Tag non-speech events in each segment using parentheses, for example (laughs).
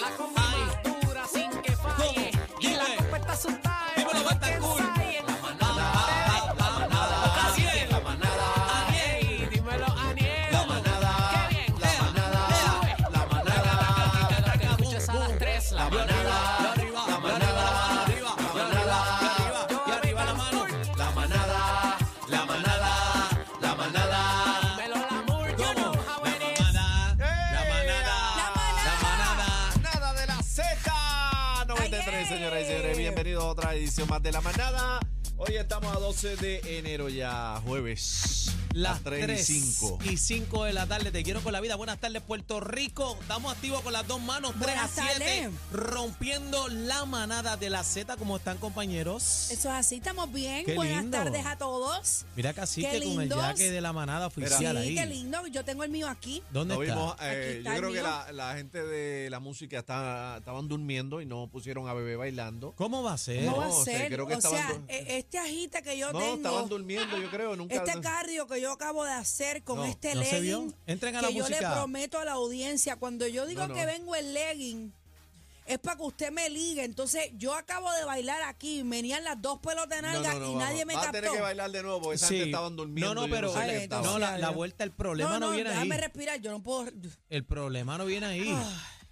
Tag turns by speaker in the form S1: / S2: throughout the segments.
S1: la combi más dura sin que falle. Y la copa está asustada. Dímelo, Venta Cool. La manada, la manada. Aniel, la manada. Aniel, dímelo, Aniel. La manada, qué bien. La manada, la manada. La que escuchas a las 3. La manada, la arriba, la manada. Arriba, la manada. Y arriba la mano. La manada, la manada, la manada. Dímelo, la murga, no jóvenes.
S2: La
S1: La
S2: manada.
S1: manada.
S2: Nada de la Z93, señoras y señores. Bienvenidos a otra edición más de la manada. Hoy estamos a 12 de enero ya, jueves.
S3: Las 3,
S2: tres
S3: y 5. de la tarde. Te quiero con la vida. Buenas tardes, Puerto Rico. Estamos activos con las dos manos. 3
S4: Buenas
S3: a 7.
S4: tardes.
S3: Rompiendo la manada de la Z. ¿Cómo están, compañeros?
S4: Eso es así, estamos bien.
S3: Qué
S4: Buenas
S3: lindo.
S4: tardes a todos.
S3: Mira, casi
S4: qué
S3: que con el
S4: lindos.
S3: jaque de la manada oficial
S4: sí,
S3: ahí.
S4: qué lindo. Yo tengo el mío aquí.
S3: ¿Dónde
S2: Nos
S3: está?
S2: vimos, eh,
S4: Aquí está
S2: yo
S4: el
S2: creo que
S4: mío.
S2: la, la gente de la música está, estaban durmiendo y no pusieron a bebé bailando.
S3: ¿Cómo va a ser?
S4: ¿Cómo
S2: No,
S4: va a
S2: o sea,
S4: ser?
S2: creo que
S4: o
S2: estaban
S4: sea,
S2: du-
S4: e- este ajita que yo
S2: No, estaban
S4: tengo,
S2: durmiendo, yo creo. Nunca.
S4: este cardio que yo acabo de hacer con
S2: No,
S4: este
S3: ¿no se vio?
S4: legging,
S3: Entren a la
S4: que yo le
S3: música.
S4: prometo a la audiencia, cuando yo digo
S2: No, no.
S4: que vengo el legging, es para que usted me ligue. Entonces, yo acabo de bailar aquí, venían las dos pelotas de
S2: No, no,
S4: nalga
S2: no,
S4: y
S2: vamos.
S4: nadie me
S2: Vas a tener que
S4: captó.
S2: bailar de nuevo porque esa
S3: Sí.
S2: gente estaban durmiendo.
S3: No,
S2: yo
S3: no, pero. eh,
S2: sé qué
S4: Ay,
S3: no,
S2: estaba.
S4: entonces,
S3: la, la
S4: ya.
S3: vuelta, el problema no, viene ahí.
S4: déjame respirar, yo no puedo.
S3: El problema no viene ahí.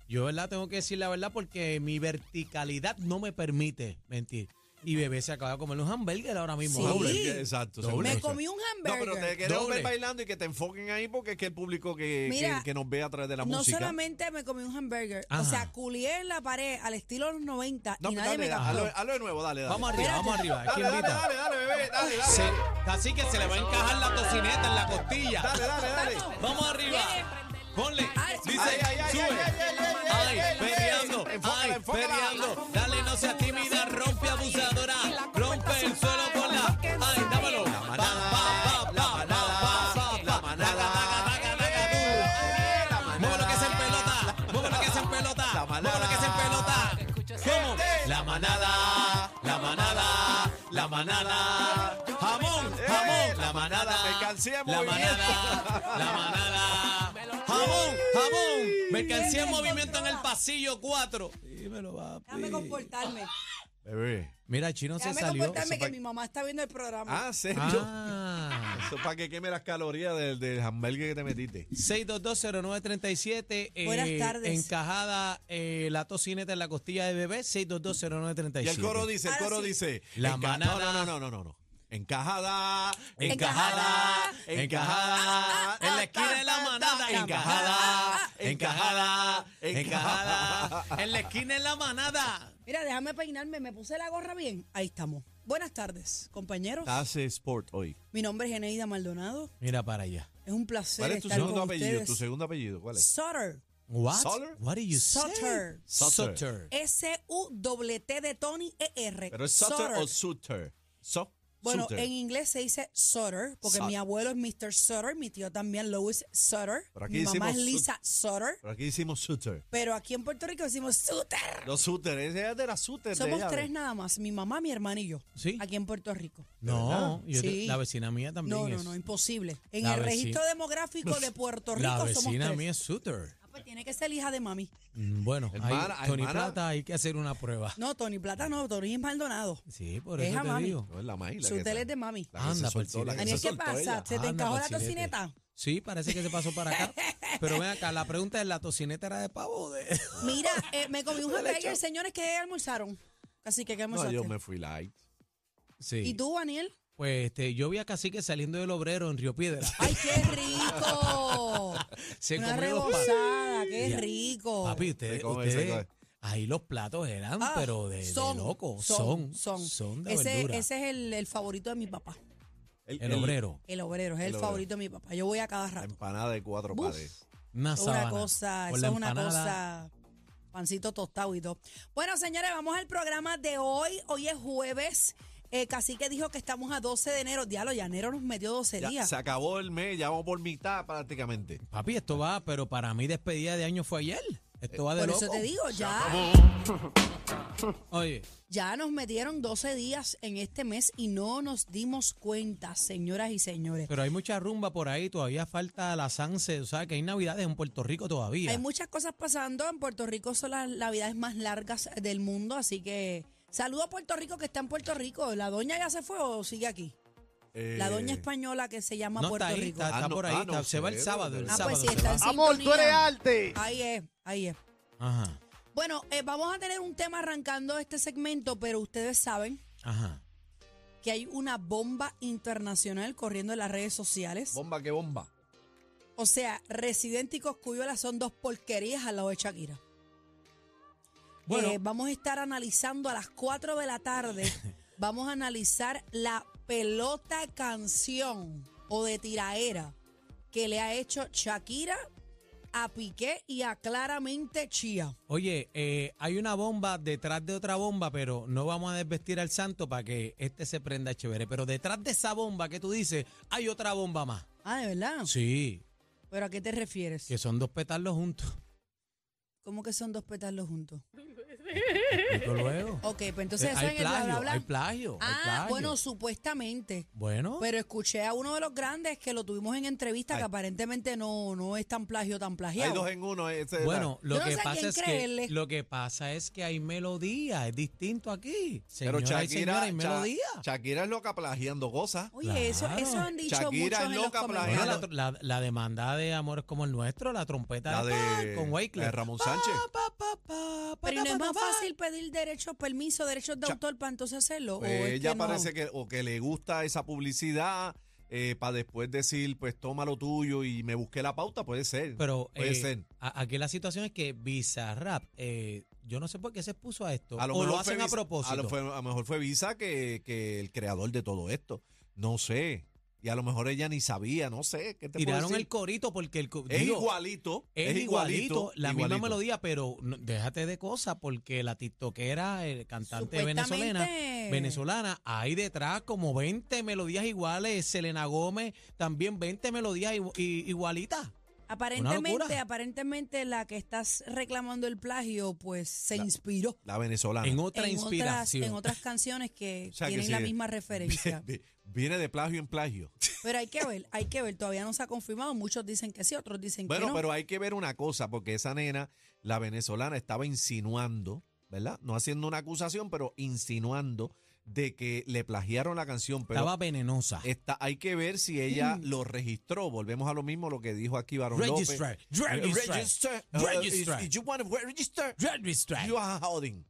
S3: Yo, ¿verdad? Tengo que decir la verdad porque mi verticalidad no me permite mentir. Y bebé se acaba de comer un hamburger ahora mismo.
S4: Sí.
S3: Doble.
S2: Exacto.
S3: Doble.
S4: Me
S2: seguro.
S4: comí un
S2: No,
S4: hamburger.
S2: pero te queremos
S3: Doble.
S2: ver bailando y que te enfoquen ahí porque es que el público que,
S4: Mira,
S2: que- que nos ve a través de la
S4: no
S2: música.
S4: solamente me comí un hamburger,
S3: Ajá.
S4: o sea, culié en la pared al estilo de los 90
S2: No,
S4: y
S2: pero
S4: nadie me
S2: dale,
S4: captó.
S2: hazlo, hazlo de nuevo, dale, dale.
S3: Vamos arriba, vamos arriba.
S2: Dale,
S3: ¿Quién
S2: dale,
S3: grita?
S2: dale, dale, bebé, dale, dale.
S3: Se- así que se le va a encajar la tocineta en la costilla.
S2: Dale, dale, dale.
S3: Vamos arriba. Ponle.
S4: Ay,
S3: Dice,
S2: Ah, Ay, ay, ay,
S3: sube.
S2: ay, ay, ay, ay, ay,
S3: Ay,
S2: ay,
S3: perreando.
S2: ay. Enfócala,
S3: Ay,
S2: enfócala.
S3: perreando. Dale, no seas tímida. Rompe abusadora. Rompe el suelo con la. Ay, dámelo. La
S2: manada, la manada, la manada. Eh, la manada.
S3: Móvelo que es en pelota. Móvelo que es en pelota.
S2: La manada.
S3: Móvelo que es en pelota. ¿Cómo?
S2: La manada, la manada, la manada.
S3: Jamón,
S2: Eh,
S3: jamón,
S2: la manada, mercancía en
S3: la
S2: movimiento.
S3: manada, la manada, jamón, jamón, mercancía en
S4: Bien,
S3: movimiento en el
S4: controla.
S3: pasillo 4. Dímelo, papi.
S4: Déjame comportarme.
S2: Bebé.
S3: Mira, Chino se
S4: Déjame
S3: salió.
S4: comportarme
S2: Eso
S4: que
S2: pa-
S4: mi mamá está viendo el programa.
S2: Ah, ¿en serio.
S3: Ah.
S2: Eso es para que queme las calorías del, del hamburger que te metiste.
S3: 6220937 eh,
S4: Buenas tardes.
S3: encajada eh, la tocineta en la costilla de bebé 6220937
S2: Y el coro dice, el
S4: Ahora
S2: coro
S4: sí.
S2: dice.
S3: La
S2: enca-
S3: manada.
S2: No, no, no, no, no, no. Encajada, encajada,
S4: Encajada,
S2: encajada.
S3: en la esquina de la manada encajada encajada encajada en la esquina de la manada
S4: Mira, déjame peinarme, me puse la gorra bien. Ahí estamos. Buenas tardes, compañeros.
S2: Hace sport hoy.
S4: Mi nombre es Eneida Maldonado.
S3: mira para allá
S4: Es un placer
S2: ¿Cuál es tu
S4: estar
S2: segundo
S4: con
S2: apellido?
S4: ustedes.
S2: ¿Tu segundo apellido? ¿Cuál es?
S4: Sutter.
S3: What?
S2: Sutter?
S3: What did you
S4: Sutter.
S3: say?
S2: Sutter.
S4: Eh, S-U-T-T de Tony E-R.
S2: ¿Pero es Sutter o Sutter? So-
S4: Bueno,
S2: Sutter.
S4: en inglés se dice Sutter, porque
S2: Sut-
S4: mi abuelo es Mr. Sutter, mi tío también, Louis Sutter.
S2: Pero aquí
S4: Mi mamá es
S2: decimos Sut-
S4: Lisa Sutter,
S2: Pero aquí decimos Sutter.
S4: pero aquí en Puerto Rico decimos Sutter.
S2: No, Sutter. Ese es de la Sutter. de
S4: Somos
S2: ella,
S4: tres
S2: ¿ves?
S4: nada más, mi mamá, mi hermano y yo,
S3: Sí.
S4: aquí en Puerto Rico.
S3: No, yo te-
S4: Sí.
S3: la vecina mía también
S4: No, no,
S3: es.
S4: no, imposible. En
S3: La
S4: el
S3: vecina-
S4: registro demográfico de Puerto Rico
S3: (laughs) la
S4: somos
S3: vecina
S4: tres.
S3: mía es Sutter.
S4: Ah, pues tiene que ser hija de mami.
S3: Mm, Bueno, ahí,
S2: Hermana,
S3: Tony
S2: hermana.
S3: Plata hay que hacer una prueba.
S4: No, Tony Plata no, Tony es Maldonado.
S3: Sí, por
S4: Es
S3: eso
S4: a
S3: te
S4: mami.
S3: digo.
S2: No, es la Mayla.
S4: Su tele es de mami.
S3: Anda,
S2: la
S3: Percibete.
S2: que se
S4: Daniel, ¿qué
S2: soltó ella.
S4: pasa? ¿Se te
S3: Anda,
S4: encajó la
S3: Pachilete.
S4: tocineta?
S3: Sí, parece que se pasó para
S4: (laughs)
S3: acá. Pero ven acá, la pregunta es, ¿la tocineta era de pavo o de...?
S4: Mira, eh, me comí
S3: (laughs)
S4: un hamburger, señores, que almorzaron. Así que, ¿qué
S2: No,
S4: almorzaste?
S2: yo me fui light.
S3: Sí.
S4: ¿Y tú, Daniel?
S3: Pues este, yo vi a Cacique saliendo del obrero en Río
S4: (laughs)
S3: Piedra. (laughs)
S4: ¡Ay, qué rico!
S3: Se
S4: Una
S3: comió los
S4: rebozada, qué
S3: Ya.
S4: rico.
S3: Papi,
S2: Se
S3: ustedes,
S2: come, se
S3: ustedes-
S2: come.
S3: ahí los platos eran,
S4: Ah,
S3: pero de, de loco. Son, son, de
S4: ese,
S3: verdura.
S4: Ese es el, el favorito de mi papá.
S3: el obrero,
S4: El obrero, es el,
S2: El obrero.
S4: favorito de mi papá. Yo voy a cada
S2: La
S4: rato.
S2: empanada de cuatro
S4: Buf.
S2: pares.
S3: una
S4: Eso es una
S3: sábana,
S4: cosa,
S3: con
S4: eso
S3: la
S4: es una
S3: empanada.
S4: cosa. Pancito tostado y todo. Bueno, señores, vamos al programa de hoy. Hoy es jueves. Eh, Cacique dijo que estamos a 12 de enero. Diablo, ya enero nos metió 12
S2: Ya,
S4: días.
S2: se acabó el mes, ya vamos por mitad prácticamente.
S3: Papi, esto va, pero para mí despedida de año fue ayer. Esto va de
S4: Por
S3: loco.
S4: eso te digo, ya.
S3: Oye,
S4: Ya nos metieron 12 días en este mes y no nos dimos cuenta, señoras y señores.
S3: pero hay mucha rumba por ahí, todavía falta la Sanse, o sea que hay navidades en Puerto Rico todavía.
S4: Hay muchas cosas pasando. En Puerto Rico son las navidades más largas del mundo, así que saludo a Puerto Rico que está en Puerto Rico. ¿La doña ya se fue o sigue aquí? La
S2: Eh,
S4: doña española que se llama
S3: Eh, no
S4: Puerto
S3: está ahí,
S4: Rico.
S3: está, está
S2: Ah, no,
S3: por ahí,
S2: ah,
S3: está-
S2: no,
S3: se va el
S2: seguro,
S3: sábado, el
S2: seguro.
S4: ah,
S3: sábado.
S4: pues sí,
S3: se
S4: está en
S3: va.
S5: Amor, tú eres
S4: sintonía.
S5: arte.
S4: Ahí es, ahí es.
S3: Ajá,
S4: Bueno, eh, vamos a tener un tema arrancando este segmento, pero ustedes saben
S3: ajá.
S4: que hay una bomba internacional corriendo en las redes sociales.
S2: Bomba que bomba.
S4: O sea, Residente y Coscuyuela son dos porquerías al lado de Shakira.
S3: Bueno.
S4: Eh, vamos a estar analizando a las 4 de la tarde,
S3: (laughs)
S4: vamos a analizar la pelota canción o de tiraera que le ha hecho Shakira a Piqué y a claramente Chía.
S3: Oye, eh, hay una bomba detrás de otra bomba, pero no vamos a desvestir al santo para que este se prenda chévere. Pero detrás de esa bomba que tú dices, hay otra bomba más.
S4: Ah, ¿de verdad?
S3: Sí,
S4: ¿Pero a qué te refieres?
S3: que son dos
S4: (laughs)
S3: petardos juntos.
S4: ¿Cómo que son dos pétalos juntos?
S3: Explico luego.
S4: Ok, pues
S3: Eh,
S4: entonces eso
S3: hay,
S4: en el bla, bla,
S3: plagio,
S4: bla.
S3: hay plagio, hay
S4: Ah,
S3: plagio.
S4: bueno, supuestamente.
S3: Bueno,
S4: Pero escuché a uno de los grandes que lo tuvimos en entrevista, que aparentemente no, no es tan plagio, tan plagiado.
S2: Hay dos en uno. eh, ese era.
S3: bueno, lo
S4: pues, Yo no
S3: que
S4: sé a
S3: pasa
S4: quién
S3: es que
S4: creerle.
S3: lo que pasa es que hay melodía, es distinto aquí.
S2: Pero
S3: Señora y
S2: Shakira,
S3: señora, hay
S2: Sha-
S3: melodía.
S2: Shakira es loca plagiando cosas.
S4: Oye, eso, eso han dicho
S2: Shakira
S4: muchos
S2: es
S4: en los
S2: loca,
S4: comentarios.
S3: Bueno,
S2: plagiando.
S3: la, tr- la- la demanda de amores como el nuestro, la trompeta
S2: La de-
S3: pan, con Wyclef.
S2: la de Ramón Sánchez.
S3: Pa, pa, pa, pa,
S4: Pero ¿y no
S3: pa,
S4: es
S2: pues,
S3: pa,
S4: más
S3: pa.
S4: fácil pedir derechos, permiso, derechos de
S2: Cha-
S4: autor para entonces hacerlo.
S2: Pues
S4: ¿O es
S2: ella
S4: que no?
S2: parece que o que le gusta esa publicidad para después decir, pues toma lo tuyo y me busqué la pauta, puede ser.
S3: Pero
S2: puede
S3: eh,
S2: ser.
S3: a- aquí la situación es que Bizarrap, eh, yo no sé por qué se expuso a esto. o lo
S2: fue
S3: hacen a
S2: Visa-
S3: propósito.
S2: A lo, fue- a lo mejor fue Visa que, que el creador de todo esto. No sé. Y a lo mejor ella ni sabía, no sé. ¿Qué te puedo
S3: Tiraron
S2: este decir?
S3: el corito porque el co-
S2: Es
S3: digo,
S2: igualito.
S3: es igualito, la
S2: igualito.
S3: misma melodía, pero no- déjate de cosas porque la tiktokera, el cantante
S4: Supuestamente-
S3: venezolana,
S4: Eh.
S3: venezolana, hay detrás como 20 melodías iguales, Selena Gómez, también 20 melodías igu- i- igualitas.
S4: Aparentemente,
S3: locura.
S4: aparentemente la que estás reclamando el plagio, pues se
S2: La-
S4: inspiró
S2: La venezolana. (laughs)
S3: En otra
S4: en otras,
S3: inspiración.
S4: en otras canciones que
S2: O sea, que
S4: tienen la
S2: sí,
S4: misma
S2: (laughs)
S4: referencia.
S2: Vi- Viene de plagio en plagio.
S4: Pero hay que ver, hay que ver, todavía no se ha confirmado. Muchos dicen que sí, otros dicen
S2: Bueno,
S4: que no.
S2: pero hay que ver una cosa, porque esa nena, la venezolana, estaba insinuando, ¿verdad? No haciendo una acusación, pero insinuando de que le plagiaron la canción. Pero
S3: Estaba Mm. venenosa.
S2: está, hay que ver si ella lo registró. Volvemos a lo mismo, lo que dijo aquí Barón López.
S3: Registrar, registrar,
S2: Register.
S3: Register.
S2: Uh, if you wanna register,
S3: registrar.
S2: you are holding.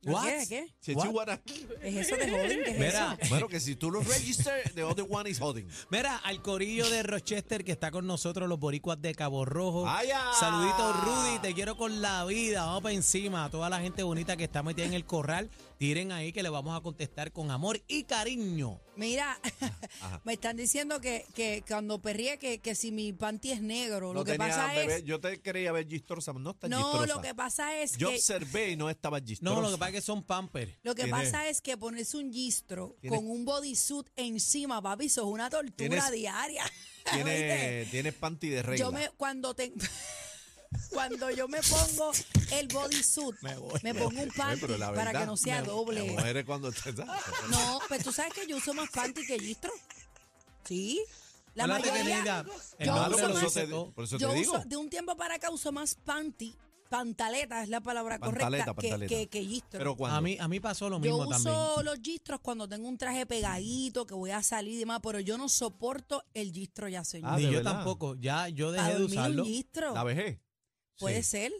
S4: ¿No
S3: What?
S4: ¿Qué? ¿Qué?
S2: Si
S3: What?
S2: you wanna-
S4: ¿Es eso de Holden? ¿Qué es
S3: Mira,
S4: eso?
S2: Bueno, que si tú lo register, the other one is holding.
S3: Mira, al corillo de Rochester que está con nosotros, los boricuas de Cabo Rojo.
S2: ¡Ay, ah!
S3: Saludito, Rudy, te quiero con la vida. Vamos para encima. A toda la gente bonita que está metida en el corral, tiren ahí que le vamos a contestar con amor y cariño.
S4: Mira, (laughs) me están diciendo que, que cuando perrié que, que si mi panty es negro, lo
S2: No
S4: que
S2: tenía,
S4: pasa
S2: bebé,
S4: es...
S2: Yo te creía ver gistrosa, no está
S4: No,
S2: gistrosa.
S4: lo que pasa es
S2: Yo
S4: que...
S2: observé y no estaba gistrosa.
S3: No, lo que pasa es que son pampers.
S4: Lo que
S2: Tiene-
S4: pasa es que ponerse un gistro
S2: Tiene-
S4: con un bodysuit encima, papi, eso es una tortura
S2: Tienes-
S4: diaria. (laughs) ¿Oíste?
S2: Tiene, tiene panty de regla.
S4: Yo me, cuando te, (laughs) cuando yo me pongo el bodysuit, me, pongo un
S2: Oye,
S4: panty
S2: Eh, pero la
S4: para
S2: verdad,
S4: que no sea
S2: la-
S4: doble.
S2: las mujeres cuando
S4: (laughs)
S2: te-
S4: No, pues tú sabes que yo uso más panty que gistro. Sí. La
S3: Hola,
S4: mayoría. (laughs)
S3: Tereida. El
S4: yo
S2: Claro,
S3: nombre
S4: uso
S2: por
S3: lo
S4: más-
S2: eso te,
S3: más-
S2: por eso
S4: yo
S2: te digo.
S4: uso, de un tiempo para acá uso más panty, pantaleta es la palabra
S2: Pantaleta,
S4: correcta, que-
S2: pantaleta.
S4: Que, que gistro.
S2: Pero cuando.
S3: A mí, a mí pasó lo
S4: Yo
S3: mismo
S4: uso
S3: también.
S4: los gistros cuando tengo un traje pegadito, que voy a salir y demás, pero yo no soporto el gistro ya, señor.
S2: Ah,
S3: Ni
S2: de
S3: yo
S2: verdad.
S3: tampoco. Ya yo dejé
S4: Para
S3: de
S4: dormir
S3: usarlo.
S4: un gistro.
S2: La vejez. eh,
S4: Puede
S3: Sí.
S4: ser.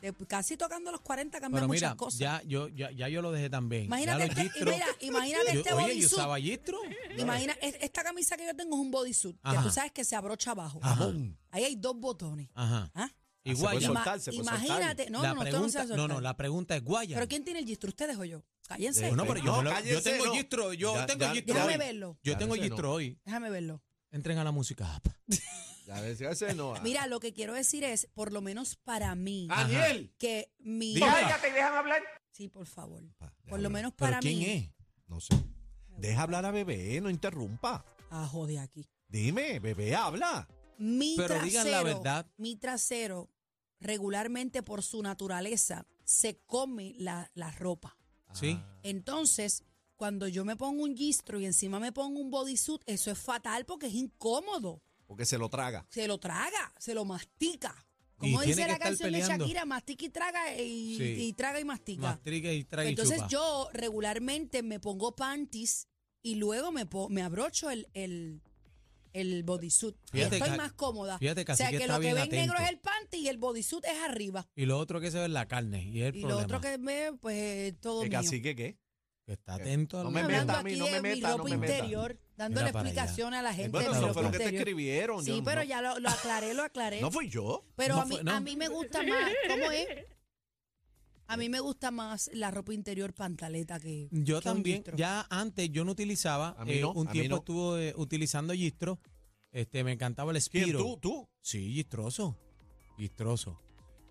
S4: De- casi tocando los 40 cambian
S3: Pero
S4: muchas
S3: mira,
S4: cosas.
S3: ya yo, ya, ya yo lo dejé también.
S4: imagínate
S3: ya los
S4: este,
S3: gistros-
S4: mira, imagínate
S3: (laughs) Yo-
S4: este
S3: oye, yo
S4: bodysuit.
S3: usaba gistro.
S4: Imagina, es- esta camisa que yo tengo es un bodysuit, que
S3: Ajá.
S4: tú sabes que se abrocha abajo.
S3: Ajá.
S4: Ahí hay dos botones.
S3: Ajá.
S4: ¿Ah?
S2: Ah, se
S3: Igual.
S2: puede
S3: ya.
S2: soltar,
S4: Ima-
S2: se puede soltar.
S4: imagínate, no,
S3: la
S4: no, no, esto no se
S3: pregunta,
S4: va a
S3: no,
S4: soltar.
S3: no, la pregunta es guaya.
S4: Pero ¿quién tiene el gistro? ¿Ustedes o yo? Cállense.
S3: Bueno, pero yo,
S2: eh, No,
S3: me lo- yo
S2: cállese,
S3: tengo
S2: no.
S3: gistro, yo
S2: Ya-
S3: tengo
S2: ya-
S3: gistro.
S4: Déjame
S3: hoy.
S4: verlo,
S3: Yo tengo
S2: Cállese, no.
S3: gistro hoy.
S4: déjame verlo.
S3: Entren a la música. app.
S2: A veces- a veces no. ah,
S4: Mira, lo que quiero decir es, por lo menos para mí,
S2: Daniel.
S4: que mi...
S3: Ah, Diga.
S5: Cállate y déjame hablar.
S4: Sí, por favor.
S2: Ah, déjame
S4: Por lo
S2: ver.
S4: menos
S3: ¿Pero
S4: para
S3: quién
S4: mí.
S3: es?
S2: No sé. Deja hablar a bebé, no interrumpa.
S4: Ah, joder, aquí.
S2: Dime, bebé, habla.
S4: Mi
S3: Pero
S4: trasero.
S3: digan la verdad.
S4: Mi trasero regularmente por su naturaleza se come la, la ropa.
S3: Sí.
S2: Ah.
S4: Entonces, cuando yo me pongo un gistro y encima me pongo un bodysuit, eso es fatal porque es incómodo.
S2: Porque se lo traga.
S4: Se lo traga, se lo mastica.
S3: Y
S4: Como dice
S3: tiene que
S4: la
S3: estar
S4: canción de
S3: peleando.
S4: Shakira, mastica y traga eh, y,
S3: Sí.
S4: y traga y mastica.
S3: Mastrica y trae y
S4: Entonces
S3: chupa.
S4: yo regularmente me pongo panties y luego me, po- me abrocho el, el, el bodysuit. Y
S3: Fíjate,
S4: estoy
S3: ca-
S4: más cómoda.
S3: fíjate,
S4: o sea,
S3: cacique
S4: que
S3: está
S4: lo que
S3: bien
S4: ven
S3: atento.
S4: negro es el panty y el bodysuit es arriba.
S3: Y lo otro que se ve es la carne. Y es el
S4: Y
S3: problema.
S4: lo otro que ve, pues es todo
S2: ¿Qué
S4: mío.
S2: cacique qué?
S3: Que está atento
S2: No
S3: a lo
S2: me
S3: que-
S4: Hablando
S2: meta a mí,
S4: aquí
S2: no
S4: de
S2: me
S4: mi
S2: meta, no
S4: ropa
S2: me meta.
S4: interior, dándole
S3: Mira para allá.
S4: explicaciones a la gente
S2: bueno,
S4: de
S3: eso
S4: mi
S3: fue lo
S4: ropa
S3: que
S2: te
S4: interior.
S2: escribieron, yo
S4: Sí,
S2: no-
S4: pero ya lo, lo aclaré, lo aclaré.
S2: ¿No fui yo?
S4: pero
S3: No
S4: a, mí,
S3: fue- no.
S4: a mí me gusta más, ¿cómo es? A mí me gusta más la ropa interior pantaleta que
S3: Yo
S4: que un
S3: también,
S4: distro.
S3: ya antes yo no utilizaba,
S2: A mí
S3: eh,
S2: no,
S3: un
S2: a mí no.
S3: tiempo estuve eh, utilizando gistro, este, me encantaba el
S2: ¿Quién?
S3: Spiro.
S2: ¿Tú? ¿Tú?
S3: Sí, gistroso, gistroso.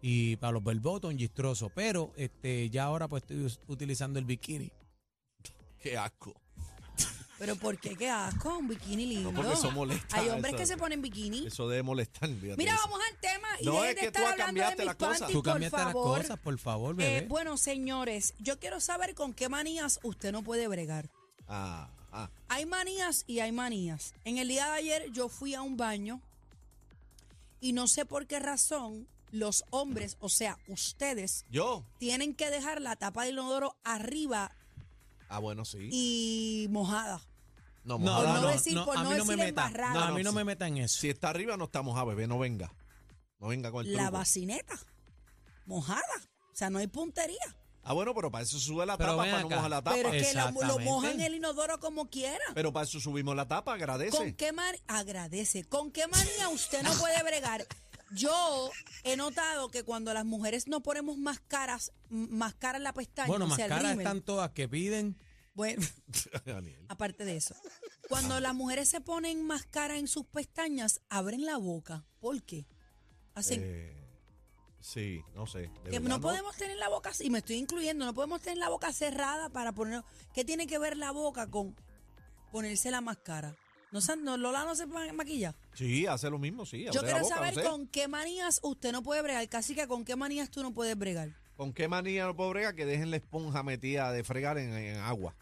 S3: Y para los bell bottom, gistroso, pero este, ya ahora pues estoy us- utilizando el bikini.
S2: Qué asco.
S4: Pero ¿por qué? Qué asco, un bikini lindo.
S2: No, porque eso molesta,
S4: Hay hombres
S2: eso-
S4: que se ponen bikini.
S2: Eso debe molestar. fíjate
S4: Mira,
S2: eso.
S4: vamos al tema y
S2: No,
S4: dejen de
S2: es que tú
S4: estar hablando de
S2: cambiaste
S4: mis
S2: las cosas.
S4: panties,
S3: Tú
S4: por
S3: cambiaste las
S4: favor.
S3: cosas, por favor,
S4: Eh,
S3: bebé.
S4: bueno, señores, yo quiero saber con qué manías usted no puede bregar.
S2: Ah, ah.
S4: Hay manías y hay manías. En el día de ayer yo fui a un baño y no sé por qué razón los hombres, o sea, ustedes,
S2: ¿Yo?
S4: tienen que dejar la tapa del inodoro arriba
S2: Ah, bueno, sí.
S4: y mojada.
S2: No,
S4: por
S2: mojada
S4: no
S2: no.
S4: decir- por
S3: a
S4: no
S3: mí me
S4: decir
S3: meta,
S4: embarrada.
S3: no, a
S2: No,
S3: mí no
S2: sí.
S3: me meta en eso.
S2: Si está arriba, no está mojado, bebé. No venga. No venga con el
S4: La
S2: truco.
S4: bacineta, mojada. O sea, no hay puntería.
S2: Ah, bueno, pero para eso sube la
S3: Pero
S2: tapa,
S3: ven
S2: para no
S3: acá.
S2: mojar la tapa.
S4: Pero es que la- lo
S3: Exactamente.
S4: mojan el inodoro como quiera.
S2: Pero para eso subimos la tapa, agradece.
S4: ¿Con qué manía? Agradece. ¿Con qué manía usted no puede bregar? Yo he notado que cuando las mujeres no ponemos máscaras, m- máscara en la pestaña,
S3: bueno,
S4: o
S3: más
S4: sea, el
S3: caras
S4: rímel.
S3: están todas que piden.
S4: Bueno, (laughs)
S2: (laughs) Daniel.
S4: aparte de eso. Cuando las mujeres se ponen máscara en sus pestañas, abren la boca. ¿Por qué? Hacen.
S2: Eh, sí, no sé. de
S4: Ah, que
S2: verdad,
S4: no podemos tener la boca, y me estoy incluyendo, no podemos tener la boca cerrada para poner. ¿Qué tiene que ver la boca con ponerse la máscara? No, sé, no, Lola no se ma- maquilla.
S2: Sí, hace lo mismo, sí.
S4: Yo
S2: abre la
S4: quiero
S2: boca,
S4: saber
S2: no sé.
S4: con qué manías usted no puede bregar. Casi que con qué manías tú no puedes bregar.
S2: ¿Con qué manía no puedo bregar que dejen la esponja metida de fregar en, en agua?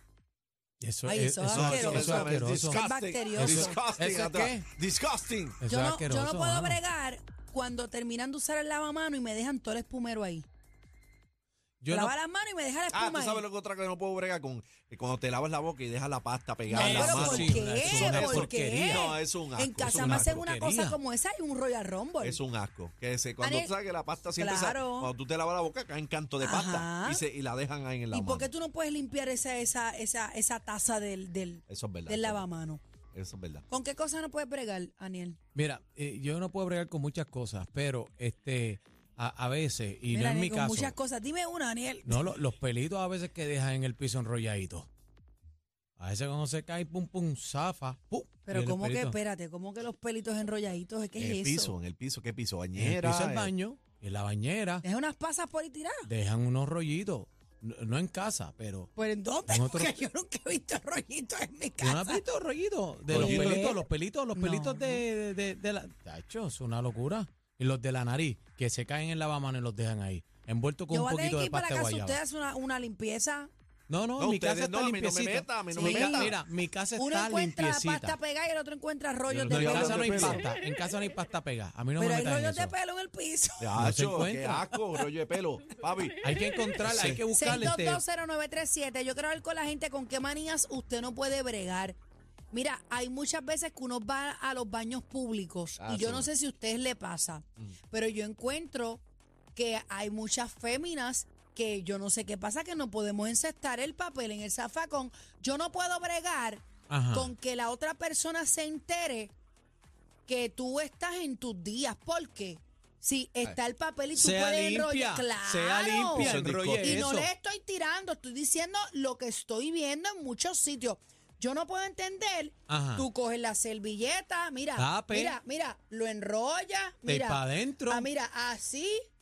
S3: Eso,
S4: Ay,
S3: es-
S4: eso
S3: eso,
S4: es
S3: es
S4: asqueroso.
S3: eso es
S4: Eso
S3: asqueroso.
S4: es
S2: disgusting.
S4: bacterioso.
S2: Disgusting,
S3: ¿Eso es
S2: atrás. Disgusting.
S3: Eso
S4: Yo
S3: es
S4: no, yo no
S3: asqueroso,
S4: puedo
S3: mano.
S4: bregar cuando terminan de usar el lavamano y me dejan todo el espumero ahí.
S3: Yo no-
S4: Lava las manos y me deja la
S2: Ah,
S4: espuma
S2: tú
S4: ahí.
S2: sabes lo que otra que no puedo bregar con que cuando te lavas la boca y dejas la pasta
S4: No,
S2: pegada en la
S4: pero
S2: mano.
S4: ¿por
S3: Sí, una- eso
S4: qué?
S3: es una
S4: ¿Por qué?
S3: porquería.
S2: No, es un asco,
S4: En
S2: es
S4: casa
S2: una
S4: me hacen una
S3: porquería.
S4: cosa como esa y un Royal Rumble.
S2: Es un asco. Que se, cuando
S4: Daniel,
S2: tú sabes que la pasta siempre
S4: claro.
S2: sale- cuando tú te lavas la boca, cae en canto de pasta
S4: Ajá.
S2: y, se, y la dejan ahí en la
S4: ¿Y
S2: mano.
S4: por qué tú no puedes limpiar esa, esa, esa, esa taza del, del,
S2: Eso es verdad.
S4: del
S2: eso es verdad,
S4: lavamano?
S2: Eso es verdad.
S4: ¿Con qué cosa no puedes bregar, Aniel?
S3: Mira, eh, yo no puedo bregar con muchas cosas, pero este, a, a veces, y
S4: Mira,
S3: no es
S4: Aniel,
S3: mi
S4: con
S3: caso,
S4: muchas cosas. Dime una, Aniel.
S3: no, lo- los pelitos a veces que dejan en el piso enrolladitos. A veces cuando se cae, pum, pum, zafa, pum.
S4: Pero
S3: y el
S4: ¿cómo que,
S3: pelito.
S4: espérate, cómo que los pelitos enrolladitos? ¿Qué
S2: en el
S4: es
S2: piso,
S4: eso?
S2: en el piso, ¿qué piso?
S3: En el
S2: Bañera.
S3: piso del
S2: eh,
S3: baño, en la bañera,
S4: ¿Es unas pasas por ahí tiradas?
S3: dejan unos rollitos. No, no en casa, pero...
S4: ¿Pero Pues, en dónde?
S3: En otro-
S4: Porque yo nunca he visto rollitos en mi
S3: ¿Tú no has
S4: casa.
S3: visto rollitos? De los
S2: Rollito.
S3: pelitos, los pelitos, los
S4: No.
S3: pelitos de, de, de- de la... Tacho, es una locura. Y los de la nariz, que se caen en lavamanos y los dejan ahí. Envuelto con
S4: Yo
S3: un
S4: voy a tener
S3: poquito
S4: que
S3: de
S4: ir para
S3: pasta
S4: la
S3: de
S4: casa.
S3: guayaba.
S4: Usted hace una, una limpieza.
S3: No, no,
S2: No,
S3: mi
S2: ustedes
S3: casa
S2: no,
S3: está
S2: a mí no me
S3: limpiecita.
S2: meta, a mí no
S4: me
S3: Mi ca-
S4: meta.
S3: Mira, mi casa
S4: Uno
S3: está
S4: encuentra
S3: limpiecita.
S4: pasta pegada y el otro encuentra
S2: Yo
S4: rollos de
S2: no
S3: No, en
S2: estoy
S4: pelo.
S3: casa no hay
S2: de pelo.
S3: pasta, en casa no hay pasta pegada. A mí no
S4: Pero
S3: me
S4: hay
S3: metan en
S4: rollos
S3: eso.
S4: de pelo en el piso.
S3: No se
S2: Chacho, qué
S3: encuentra.
S2: asco, rollo de pelo.
S3: (laughs)
S2: Papi.
S3: Hay que encontrar, hay que buscar este
S4: 6220937. Yo quiero hablar con la gente con qué manías usted no puede bregar. Mira, hay muchas veces que uno va a los baños públicos
S2: Ah,
S4: y yo
S2: sí.
S4: no sé si a ustedes le pasa,
S3: Mm.
S4: pero yo encuentro que hay muchas féminas que yo no sé qué pasa, que no podemos encestar el papel en el zafacón. Yo no puedo bregar
S3: Ajá.
S4: con que la otra persona se entere que tú estás en tus días, porque si está el papel y tú
S3: sea
S4: puedes
S3: limpia,
S4: enrollar, claro.
S3: sea limpia,
S2: Eso es
S3: enrolle
S4: Y
S2: discoteca.
S4: no
S3: eso.
S4: le estoy tirando, estoy diciendo lo que estoy viendo en muchos sitios. Yo no puedo entender.
S3: Ajá.
S4: Tú coges la servilleta, mira,
S3: Tape.
S4: mira, mira, lo enrollas,
S3: De
S4: mira.
S3: este pa' adentro.
S4: Ah, mira, así,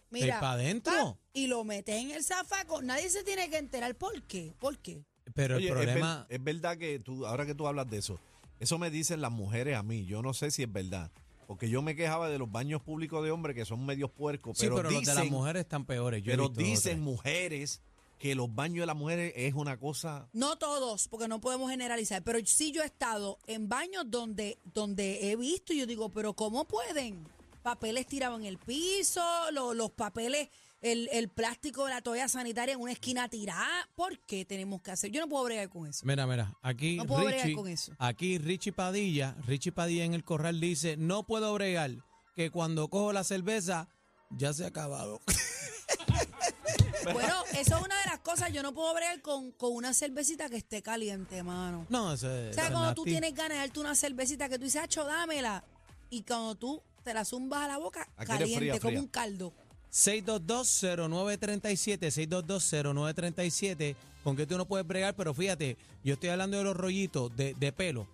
S3: De
S4: mira.
S3: pa' adentro.
S4: pa, Y lo metes en el zafaco. Nadie se tiene que enterar. ¿Por qué? ¿Por qué?
S3: Pero
S2: Oye,
S3: el
S2: es eh, ver-
S3: problema,
S2: Es, verdad que tú, ahora que tú hablas de eso, eso me dicen las mujeres a mí. Yo no sé si es verdad. Porque yo me quejaba de los baños públicos de hombres que son medios puercos,
S3: sí,
S2: pero,
S3: pero los de las
S2: dicen-
S3: mujeres están peores. Yo he
S2: pero
S3: visto
S2: dicen
S3: otras.
S2: mujeres que los baños de las mujeres es una cosa
S4: No todos, porque no podemos generalizar, pero sí yo he estado en baños donde, donde he visto y yo digo, pero ¿cómo pueden? Papeles tirados en el piso, lo- los papeles, el, el plástico de la toalla sanitaria en una esquina tirada. ¿Por qué tenemos que hacer? Yo no puedo bregar con
S2: (laughs)
S4: eso.
S3: Mira, mira, aquí
S4: No puedo bregar
S3: Richie,
S4: con eso.
S3: aquí Richie Padilla, Richie Padilla en el corral dice, no puedo bregar, que cuando cojo la cerveza ya se ha acabado. (laughs)
S4: Bueno, eso es una de las cosas. Yo no puedo bregar con, con una cervecita que esté caliente, mano.
S3: No, eso es...
S4: O sea,
S3: eso es
S4: cuando tú
S3: nasty.
S4: tienes ganas de darte una cervecita que tú dices, hacho, dámela. Y cuando tú te la zumbas a la boca,
S2: La quieres
S4: caliente,
S2: fría,
S4: como
S2: fría.
S4: un caldo.
S3: 6220937, 6220937, con que tú no puedes bregar, pero fíjate, yo estoy hablando de los rollitos de, de pelo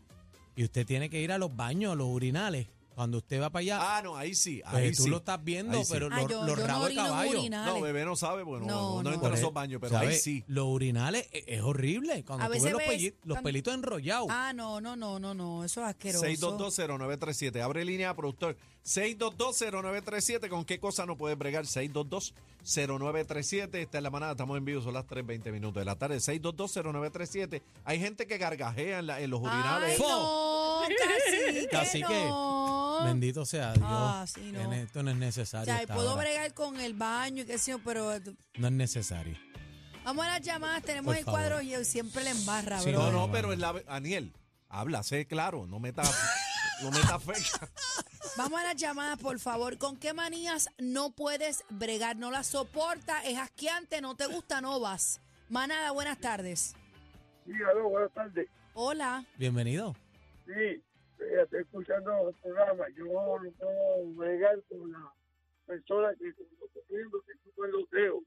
S3: y usted tiene que ir a los baños, a los urinales. Cuando usted va para allá,
S2: Ah, no, ahí sí.
S3: pues
S2: Ahí
S3: tú
S2: sí.
S3: lo estás viendo,
S2: Ahí sí.
S3: pero
S4: Ah,
S3: los,
S4: yo-
S3: los
S4: yo no
S3: rabos de
S4: orino en
S3: caballo.
S4: urinal.
S2: No, bebé no sabe, bueno,
S4: No, no.
S2: no, no entra
S3: Por
S2: a esos
S3: eso,
S2: baños, pero ahí
S3: ¿sabes?
S2: sí.
S3: Los urinales e- es horrible. Cuando
S4: A
S3: tú ves
S4: veces
S3: los,
S4: ves-
S3: pelli- los
S4: tam-
S3: pelitos enrollados.
S4: Ah, no, no, no, no, no. Eso es asqueroso.
S2: 6220937. Abre línea, productor. 6220937. ¿Con qué cosa no puedes bregar? 6220937. Esta es la manada. Estamos en vivo. Son las 3.20 minutos de la tarde. 6220937. Hay gente que gargajea en, la- en los
S4: Ay,
S2: urinales.
S4: no,
S3: (laughs)
S4: casi que
S3: Cacique.
S4: no.
S3: Bendito sea Dios.
S4: Ah, sí, no.
S3: En Esto no es
S4: O
S3: necesario.
S4: sea,
S3: hasta
S4: puedo
S3: ahora.
S4: bregar con el baño y qué sé yo, pero... eh,
S3: No es necesario.
S4: Vamos a las llamadas, tenemos
S3: Por
S4: el
S3: favor.
S4: cuadro y él siempre le embarra,
S3: Sí,
S4: bro.
S2: No, no, pero en la... Aniel, háblase claro. No meta... (laughs) no meta feca.
S4: Vamos a las llamadas, por favor. ¿Con qué manías no puedes bregar? No las soporta, es asqueante, no te gusta, no vas. Manada, buenas tardes.
S5: Sí, aló, buenas tardes.
S4: Hola.
S3: Bienvenido.
S5: Sí, eh, estoy escuchando el programa. Yo no puedo bregar con la persona que cuando comiendo se chupan los dedos.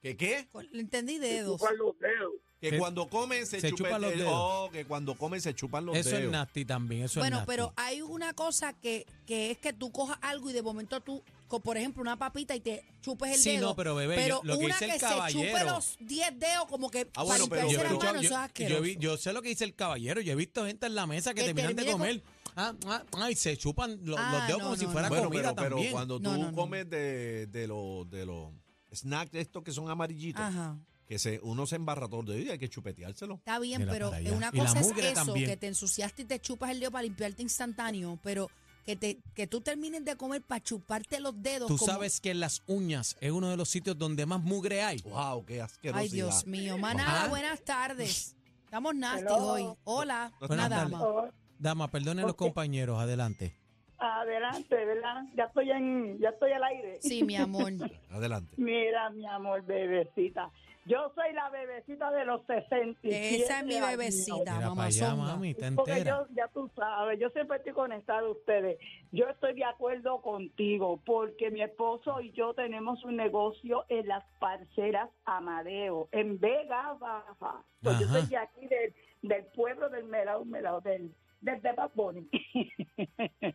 S2: ¿Que qué?
S4: Con- Le entendí
S5: Se
S4: dedos.
S5: chupan los dedos.
S2: Que
S3: Se-
S2: cuando comen se,
S3: se
S2: chupa
S3: chupan
S2: el-
S3: los
S2: el-
S3: dedos.
S2: Oh, que cuando comen se chupan los
S3: eso
S2: dedos.
S3: es nasty también. Eso
S4: Bueno,
S3: es nasty.
S4: pero hay una cosa que, que es que tú cojas algo y de momento tú, co- por ejemplo, una papita y te chupes el
S3: Sí,
S4: dedo.
S3: no, pero bebé, yo- lo que
S4: una
S3: dice el
S4: que se chupe
S3: caballero-
S4: los 10 dedos como que
S2: Ah, bueno,
S4: para limpiarse las
S2: pero
S3: yo, he
S2: pero-
S3: escuchado-
S4: manos, eso es
S3: yo-
S4: asqueroso.
S3: yo vi- yo sé lo que dice el caballero. Yo he visto gente en la mesa que,
S4: Que
S3: terminan de
S4: termine
S3: comer ah, ah, ah, y se chupan lo-
S4: Ah,
S3: los dedos
S4: no,
S3: como si
S4: no,
S3: fuera
S4: no.
S2: Bueno,
S3: comida
S2: pero, pero
S3: también.
S2: cuando
S4: No,
S2: tú
S4: no, no.
S2: comes de, de los de los snacks de estos que son amarillitos,
S4: Ajá.
S2: que se, uno se embarra todo el dedo y hay que chupeteárselo.
S4: Está bien,
S3: Mira
S4: pero
S3: para allá.
S4: una
S3: Y la
S4: cosa es
S3: mugre
S4: eso,
S3: también.
S4: que te ensuciaste y te chupas el dedo para limpiarte instantáneo, pero que te que tú termines de comer para chuparte los dedos.
S3: Tú
S4: como-
S3: sabes que en las uñas es uno de los sitios donde más mugre hay.
S2: Wow, qué asquerosidad.
S4: Ay, Dios mío. Manada,
S3: Ajá.
S4: buenas tardes. Estamos nasty
S6: Hello.
S4: hoy. Hola,
S3: Buenas
S4: una
S3: tardes.
S4: dama.
S6: Oh,
S3: Dama, perdonen los
S6: Ok.
S3: compañeros. Adelante.
S5: Ah.
S6: adelante, ¿verdad? Ya estoy en, ya estoy al aire.
S4: Sí, mi amor.
S2: Adelante.
S6: Mira, mi amor, bebecita. Yo soy la bebecita de los 67
S4: Esa es mi
S6: años.
S4: bebecita,
S3: Mira para
S4: mamá
S3: allá, mami, está
S6: Porque
S3: entera.
S6: yo, ya tú sabes, yo siempre estoy conectada a ustedes. Yo estoy de acuerdo contigo porque mi esposo y yo tenemos un negocio en las parceras Amadeo, en Vega Baja. Pues yo
S3: Ajá.
S6: soy de aquí, del, del pueblo del Melao, Melao, del, del de Bad Bunny.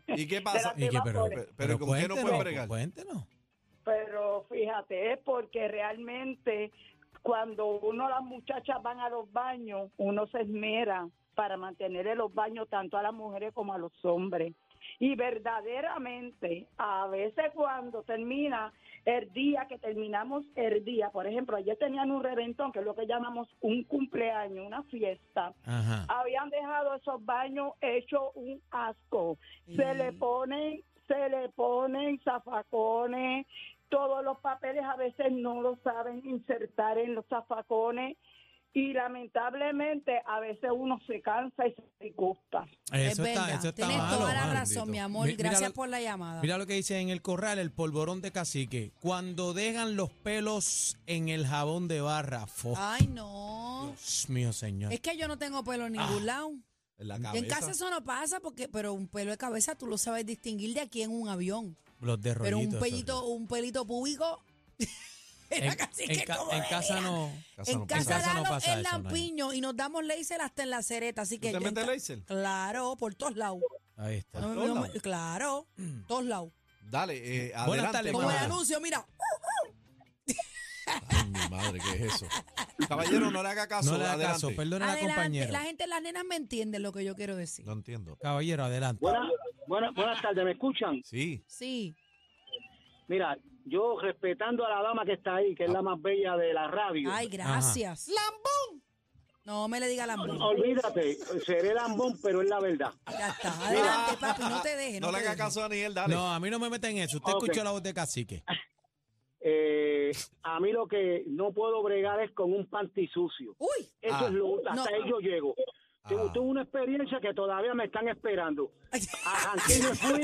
S2: ¿Y qué pasa?
S6: Espérate.
S3: Y que, pero,
S6: Pero-
S2: pero ¿con qué no pueden
S3: cuéntenos,
S2: bregar?
S3: cuéntenos.
S6: Pero fíjate, es porque realmente cuando uno, las muchachas van a los baños, uno se esmera para mantener en los baños tanto a las mujeres como a los hombres. Y verdaderamente, a veces cuando termina el día que terminamos el día, por ejemplo, ayer tenían un reventón, que es lo que llamamos un cumpleaños, una fiesta,
S3: Ajá.
S4: Ah,
S6: habían dejado esos baños hechos un asco. Se le ponen, se le ponen zafacones, todos los papeles a veces no los saben insertar en los zafacones y lamentablemente a veces uno se cansa y se disgusta.
S3: Eso
S4: es
S3: está,
S4: verdad.
S3: eso está
S4: Tienes
S3: malo,
S4: toda la
S3: mano.
S4: razón, mi amor.
S3: Mi- mira
S4: Gracias
S3: lo-
S4: por la llamada.
S3: Mira lo que dice en el corral, el polvorón de cacique. Cuando dejan los pelos en el jabón de barra. Fo-
S4: Ay, no.
S3: Dios Ah, mío, señor.
S4: Es que yo no tengo pelo en ningún lado.
S2: En la
S4: Y
S2: cabeza.
S4: En casa eso no pasa, porque, pero un pelo de cabeza tú lo sabes distinguir de aquí en un avión.
S3: Los de
S4: Pero un
S3: rollito, eso
S4: pelito, un pelito público. (laughs)
S3: es.
S4: era
S3: En,
S4: casi
S3: en
S4: que
S3: ca-
S4: como
S3: en
S4: de
S3: casa
S4: mira.
S3: no.
S2: Casa
S4: En
S2: no
S4: casa,
S2: pasa.
S3: casa no
S4: Lalo
S3: pasa
S4: es
S3: eso, no hay.
S4: lampiño y nos damos laser hasta en la cereta, así
S2: ¿Tú
S4: que
S2: te
S4: yo
S2: metes
S4: en ca-
S2: laser?
S4: Claro, por todos lados.
S3: Ahí
S4: No
S3: está.
S4: me-
S2: todos
S4: no me-
S2: lados?
S4: claro,
S3: Mm.
S4: todos lados.
S2: Dale, eh,
S3: Buenas
S2: adelante.
S3: tardes,
S4: Como el
S3: Claro.
S2: madre.
S4: anuncio, mira.
S2: Ay, mi madre, ¿qué es eso? Caballero, no le haga caso.
S3: (laughs) No le haga
S2: adelante.
S3: caso, perdone a la
S4: adelante.
S3: compañera.
S4: La gente, las nenas me entienden lo que yo quiero decir.
S2: No entiendo.
S3: Caballero, adelante.
S6: Buenas,
S7: Buenas, buenas tardes, ¿me escuchan?
S2: Sí.
S4: Sí.
S7: Mira, yo respetando a la dama que está ahí, que es la más bella de la radio.
S4: Ay, gracias. ¡Lambón! No me le diga lambón.
S7: Olvídate, seré lambón, pero es la verdad.
S4: Ya está. Adelante, papi, no te dejes.
S2: No le
S4: te dejes.
S2: hagas caso a Daniel, dale.
S3: No, a mí no me meten en eso. Usted
S7: Ok.
S3: escuchó la voz
S4: (laughs)
S3: de cacique.
S7: Eh, a mí lo que no puedo bregar es con un panty sucio.
S4: Uy,
S7: Eso
S2: Ah.
S7: es lo hasta
S4: No.
S7: ahí yo llego. Tuve
S2: Ah.
S7: tuve una experiencia que todavía me están esperando. Arranqué y me fui.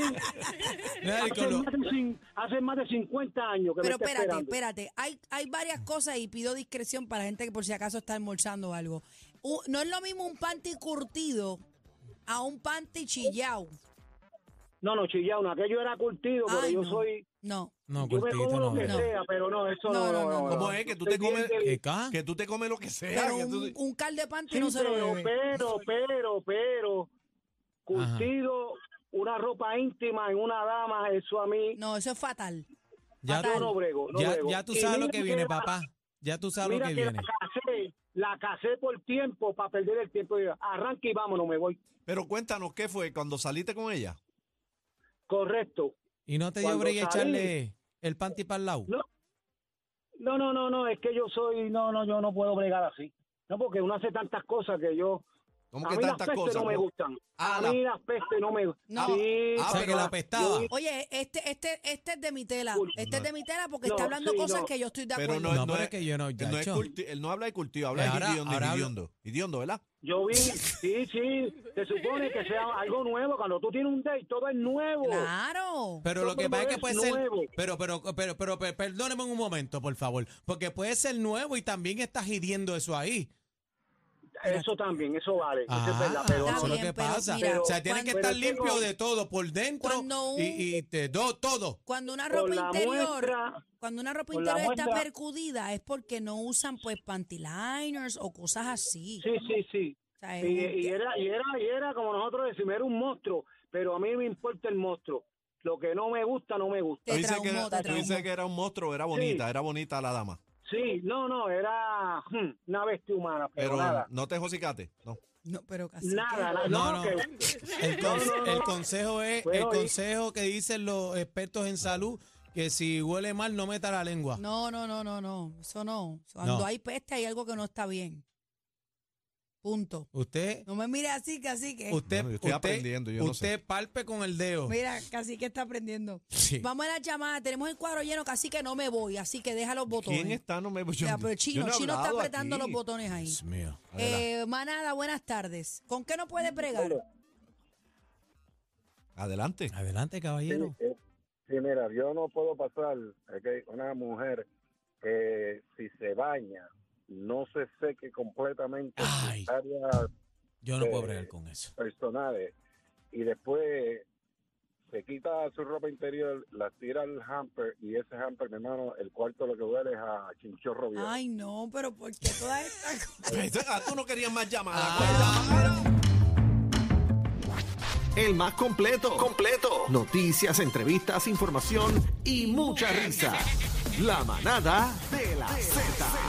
S3: Ay,
S7: Hace
S3: con lo-
S7: más, de, cin- hace más de 50 años que
S4: (laughs) pero
S7: me está
S4: espérate,
S7: esperando.
S4: espérate. Hay, hay varias cosas y pido discreción para gente que por si acaso está almorzando o algo. U- no es lo mismo un panty curtido a un panty chillao.
S7: No, no, chillado, aquello era curtido, pero
S4: Ay,
S7: yo
S4: no.
S7: soy...
S4: No.
S3: No,
S7: Yo me como
S3: cortito,
S7: lo
S3: no.
S7: que
S4: no.
S7: sea, pero no, eso
S4: No, no,
S7: no, no,
S4: no,
S7: no,
S4: no.
S2: ¿Cómo es que tú te comes
S3: ¿Qué ca?
S2: que tú te comes lo que sea?
S4: Pero
S2: que tú-
S4: un, un cal de panty
S7: Eh, Sí,
S4: no se lo
S7: pero, eh,
S4: bebe.
S7: pero, pero, pero, curtido, una ropa íntima en una dama, eso a mí,
S4: No, eso es fatal.
S3: Ya,
S4: Fatal.
S7: yo no brego, no
S3: ya,
S7: brego.
S3: ya tú
S7: Y
S3: sabes lo
S7: mira
S3: que viene,
S7: la-
S3: papá. Ya tú sabes lo
S7: mira
S3: que
S7: que,
S3: viene.
S7: la casé, la casé por tiempo, para perder el tiempo, y arranque y vámonos, me voy.
S2: Pero cuéntanos qué fue cuando saliste con ella.
S7: Correcto.
S3: Y no te dio
S7: Cuando
S3: break
S7: salí-
S3: echarle el panty para el lado.
S7: No. No, no, no, no, es que yo soy, no, no, yo no puedo bregar así. No, porque uno hace tantas cosas que yo,
S2: ¿Cómo
S7: a
S2: que
S7: mí las
S2: tantas
S7: pestes
S2: cosas?
S7: no me
S2: bro?
S7: gustan.
S2: Ah,
S7: a
S2: la-
S7: mí las pestes no me gustan.
S4: No.
S7: Sí,
S3: o
S2: Ah,
S3: sea, que
S2: pero-
S3: la apestaba.
S4: Oye, este, este, este es de mi tela.
S7: Uy,
S4: Este es de mi tela porque
S7: No,
S4: está hablando
S7: sí,
S4: cosas
S7: no.
S4: que yo estoy de
S2: Pero
S4: acuerdo.
S2: no,
S3: No,
S2: no
S3: pero
S2: es,
S3: es que yo no,
S2: él, no es
S3: chacho.
S2: culti- él no habla de cultivo, habla
S3: Ahora-
S2: de idiondo,
S3: ahora hablo-
S2: idiondo. Idiondo, ¿verdad?
S7: Yo vi, sí, sí, se supone que sea algo nuevo. Cuando tú tienes un date, todo es nuevo.
S4: Claro.
S3: Pero lo que
S7: Todo
S3: pasa es que
S7: es
S3: puede ser.
S7: nuevo.
S3: Pero, pero, pero, pero, per- perdóneme un momento, por favor. Porque puede ser nuevo y también estás hiriendo eso ahí.
S7: Eso también, eso vale. eso es verdad,
S3: Ah,
S7: pero
S4: Está
S3: eso es
S7: no.
S3: lo
S4: bien,
S3: que
S4: pero
S3: pasa.
S4: mira,
S3: o sea, tienes que
S4: cuando-
S3: estar
S7: pero
S3: limpio
S7: tengo-
S3: de todo, por dentro
S4: Cuando un-
S3: y, y te do todo.
S4: Cuando una
S7: Con
S4: ropa
S7: la
S4: interior,
S7: muestra-
S4: cuando una ropa
S7: con la
S4: interior está
S7: muestra-
S4: percudida es porque no usan pues panty liners o cosas así.
S7: Sí, sí, sí.
S4: O sea, es
S7: Y,
S4: un-
S7: y era, y, era, y era como nosotros decimos, era un monstruo, pero a mí me importa el monstruo. Lo que no me gusta, no me gusta.
S4: Te
S2: Tú dices, que
S4: traumó,
S2: era,
S4: te
S2: tú dices
S4: traumó.
S2: que era un monstruo, era bonita, era bonita la dama.
S7: Sí, no, no, era hmm, una bestia humana, pero,
S2: Pero
S7: nada.
S2: no te josicaste, no.
S4: no, pero casi.
S7: Nada, na-
S3: No,
S7: no,
S3: no.
S7: que-
S3: El,
S7: No,
S3: conse-
S7: no, no.
S3: el consejo es el
S7: Bueno, y-
S3: consejo que dicen los expertos en salud que si huele mal no meta la lengua.
S4: No, no, no, no, no. Eso no. Cuando
S3: No.
S4: hay peste hay algo que no está bien. Punto.
S3: Usted,
S4: No me mire así, casi que.
S3: usted,
S2: Eh. Bueno, yo estoy
S3: usted,
S2: aprendiendo, yo no sé.
S3: usted palpe con el dedo.
S4: Mira, casi que está aprendiendo.
S3: Sí.
S4: Vamos a la llamada. Tenemos el cuadro lleno, casi que no me voy. Así que deja los botones.
S2: ¿Quién está? No me yo,
S4: Ya, pero
S2: yo
S4: chino,
S2: no he
S4: chino está
S2: hablado
S4: apretando
S2: aquí. Pues,
S4: los botones ahí.
S3: Dios mío.
S2: Adelante.
S4: Eh, manada, buenas tardes. ¿Con qué no puede pregar?
S2: Adelante.
S3: Adelante, caballero.
S8: Sí, eh, sí, mira, yo no puedo pasar ok, una mujer que si se baña no se seque completamente sus
S3: Ay.
S8: áreas
S3: Yo no puedo
S8: eh,
S3: bregar con eso.
S8: personales y después se quita su ropa interior, la tira al hamper y ese hamper, mi hermano, el cuarto lo que huele es a chinchorro viejo.
S4: Ay, no, pero ¿por qué toda esta
S2: (laughs)
S4: cosa?
S2: Ah, tú no querías más llamadas.
S9: El más completo. Completo. Noticias, entrevistas, información y mucha risa. La manada de la Z.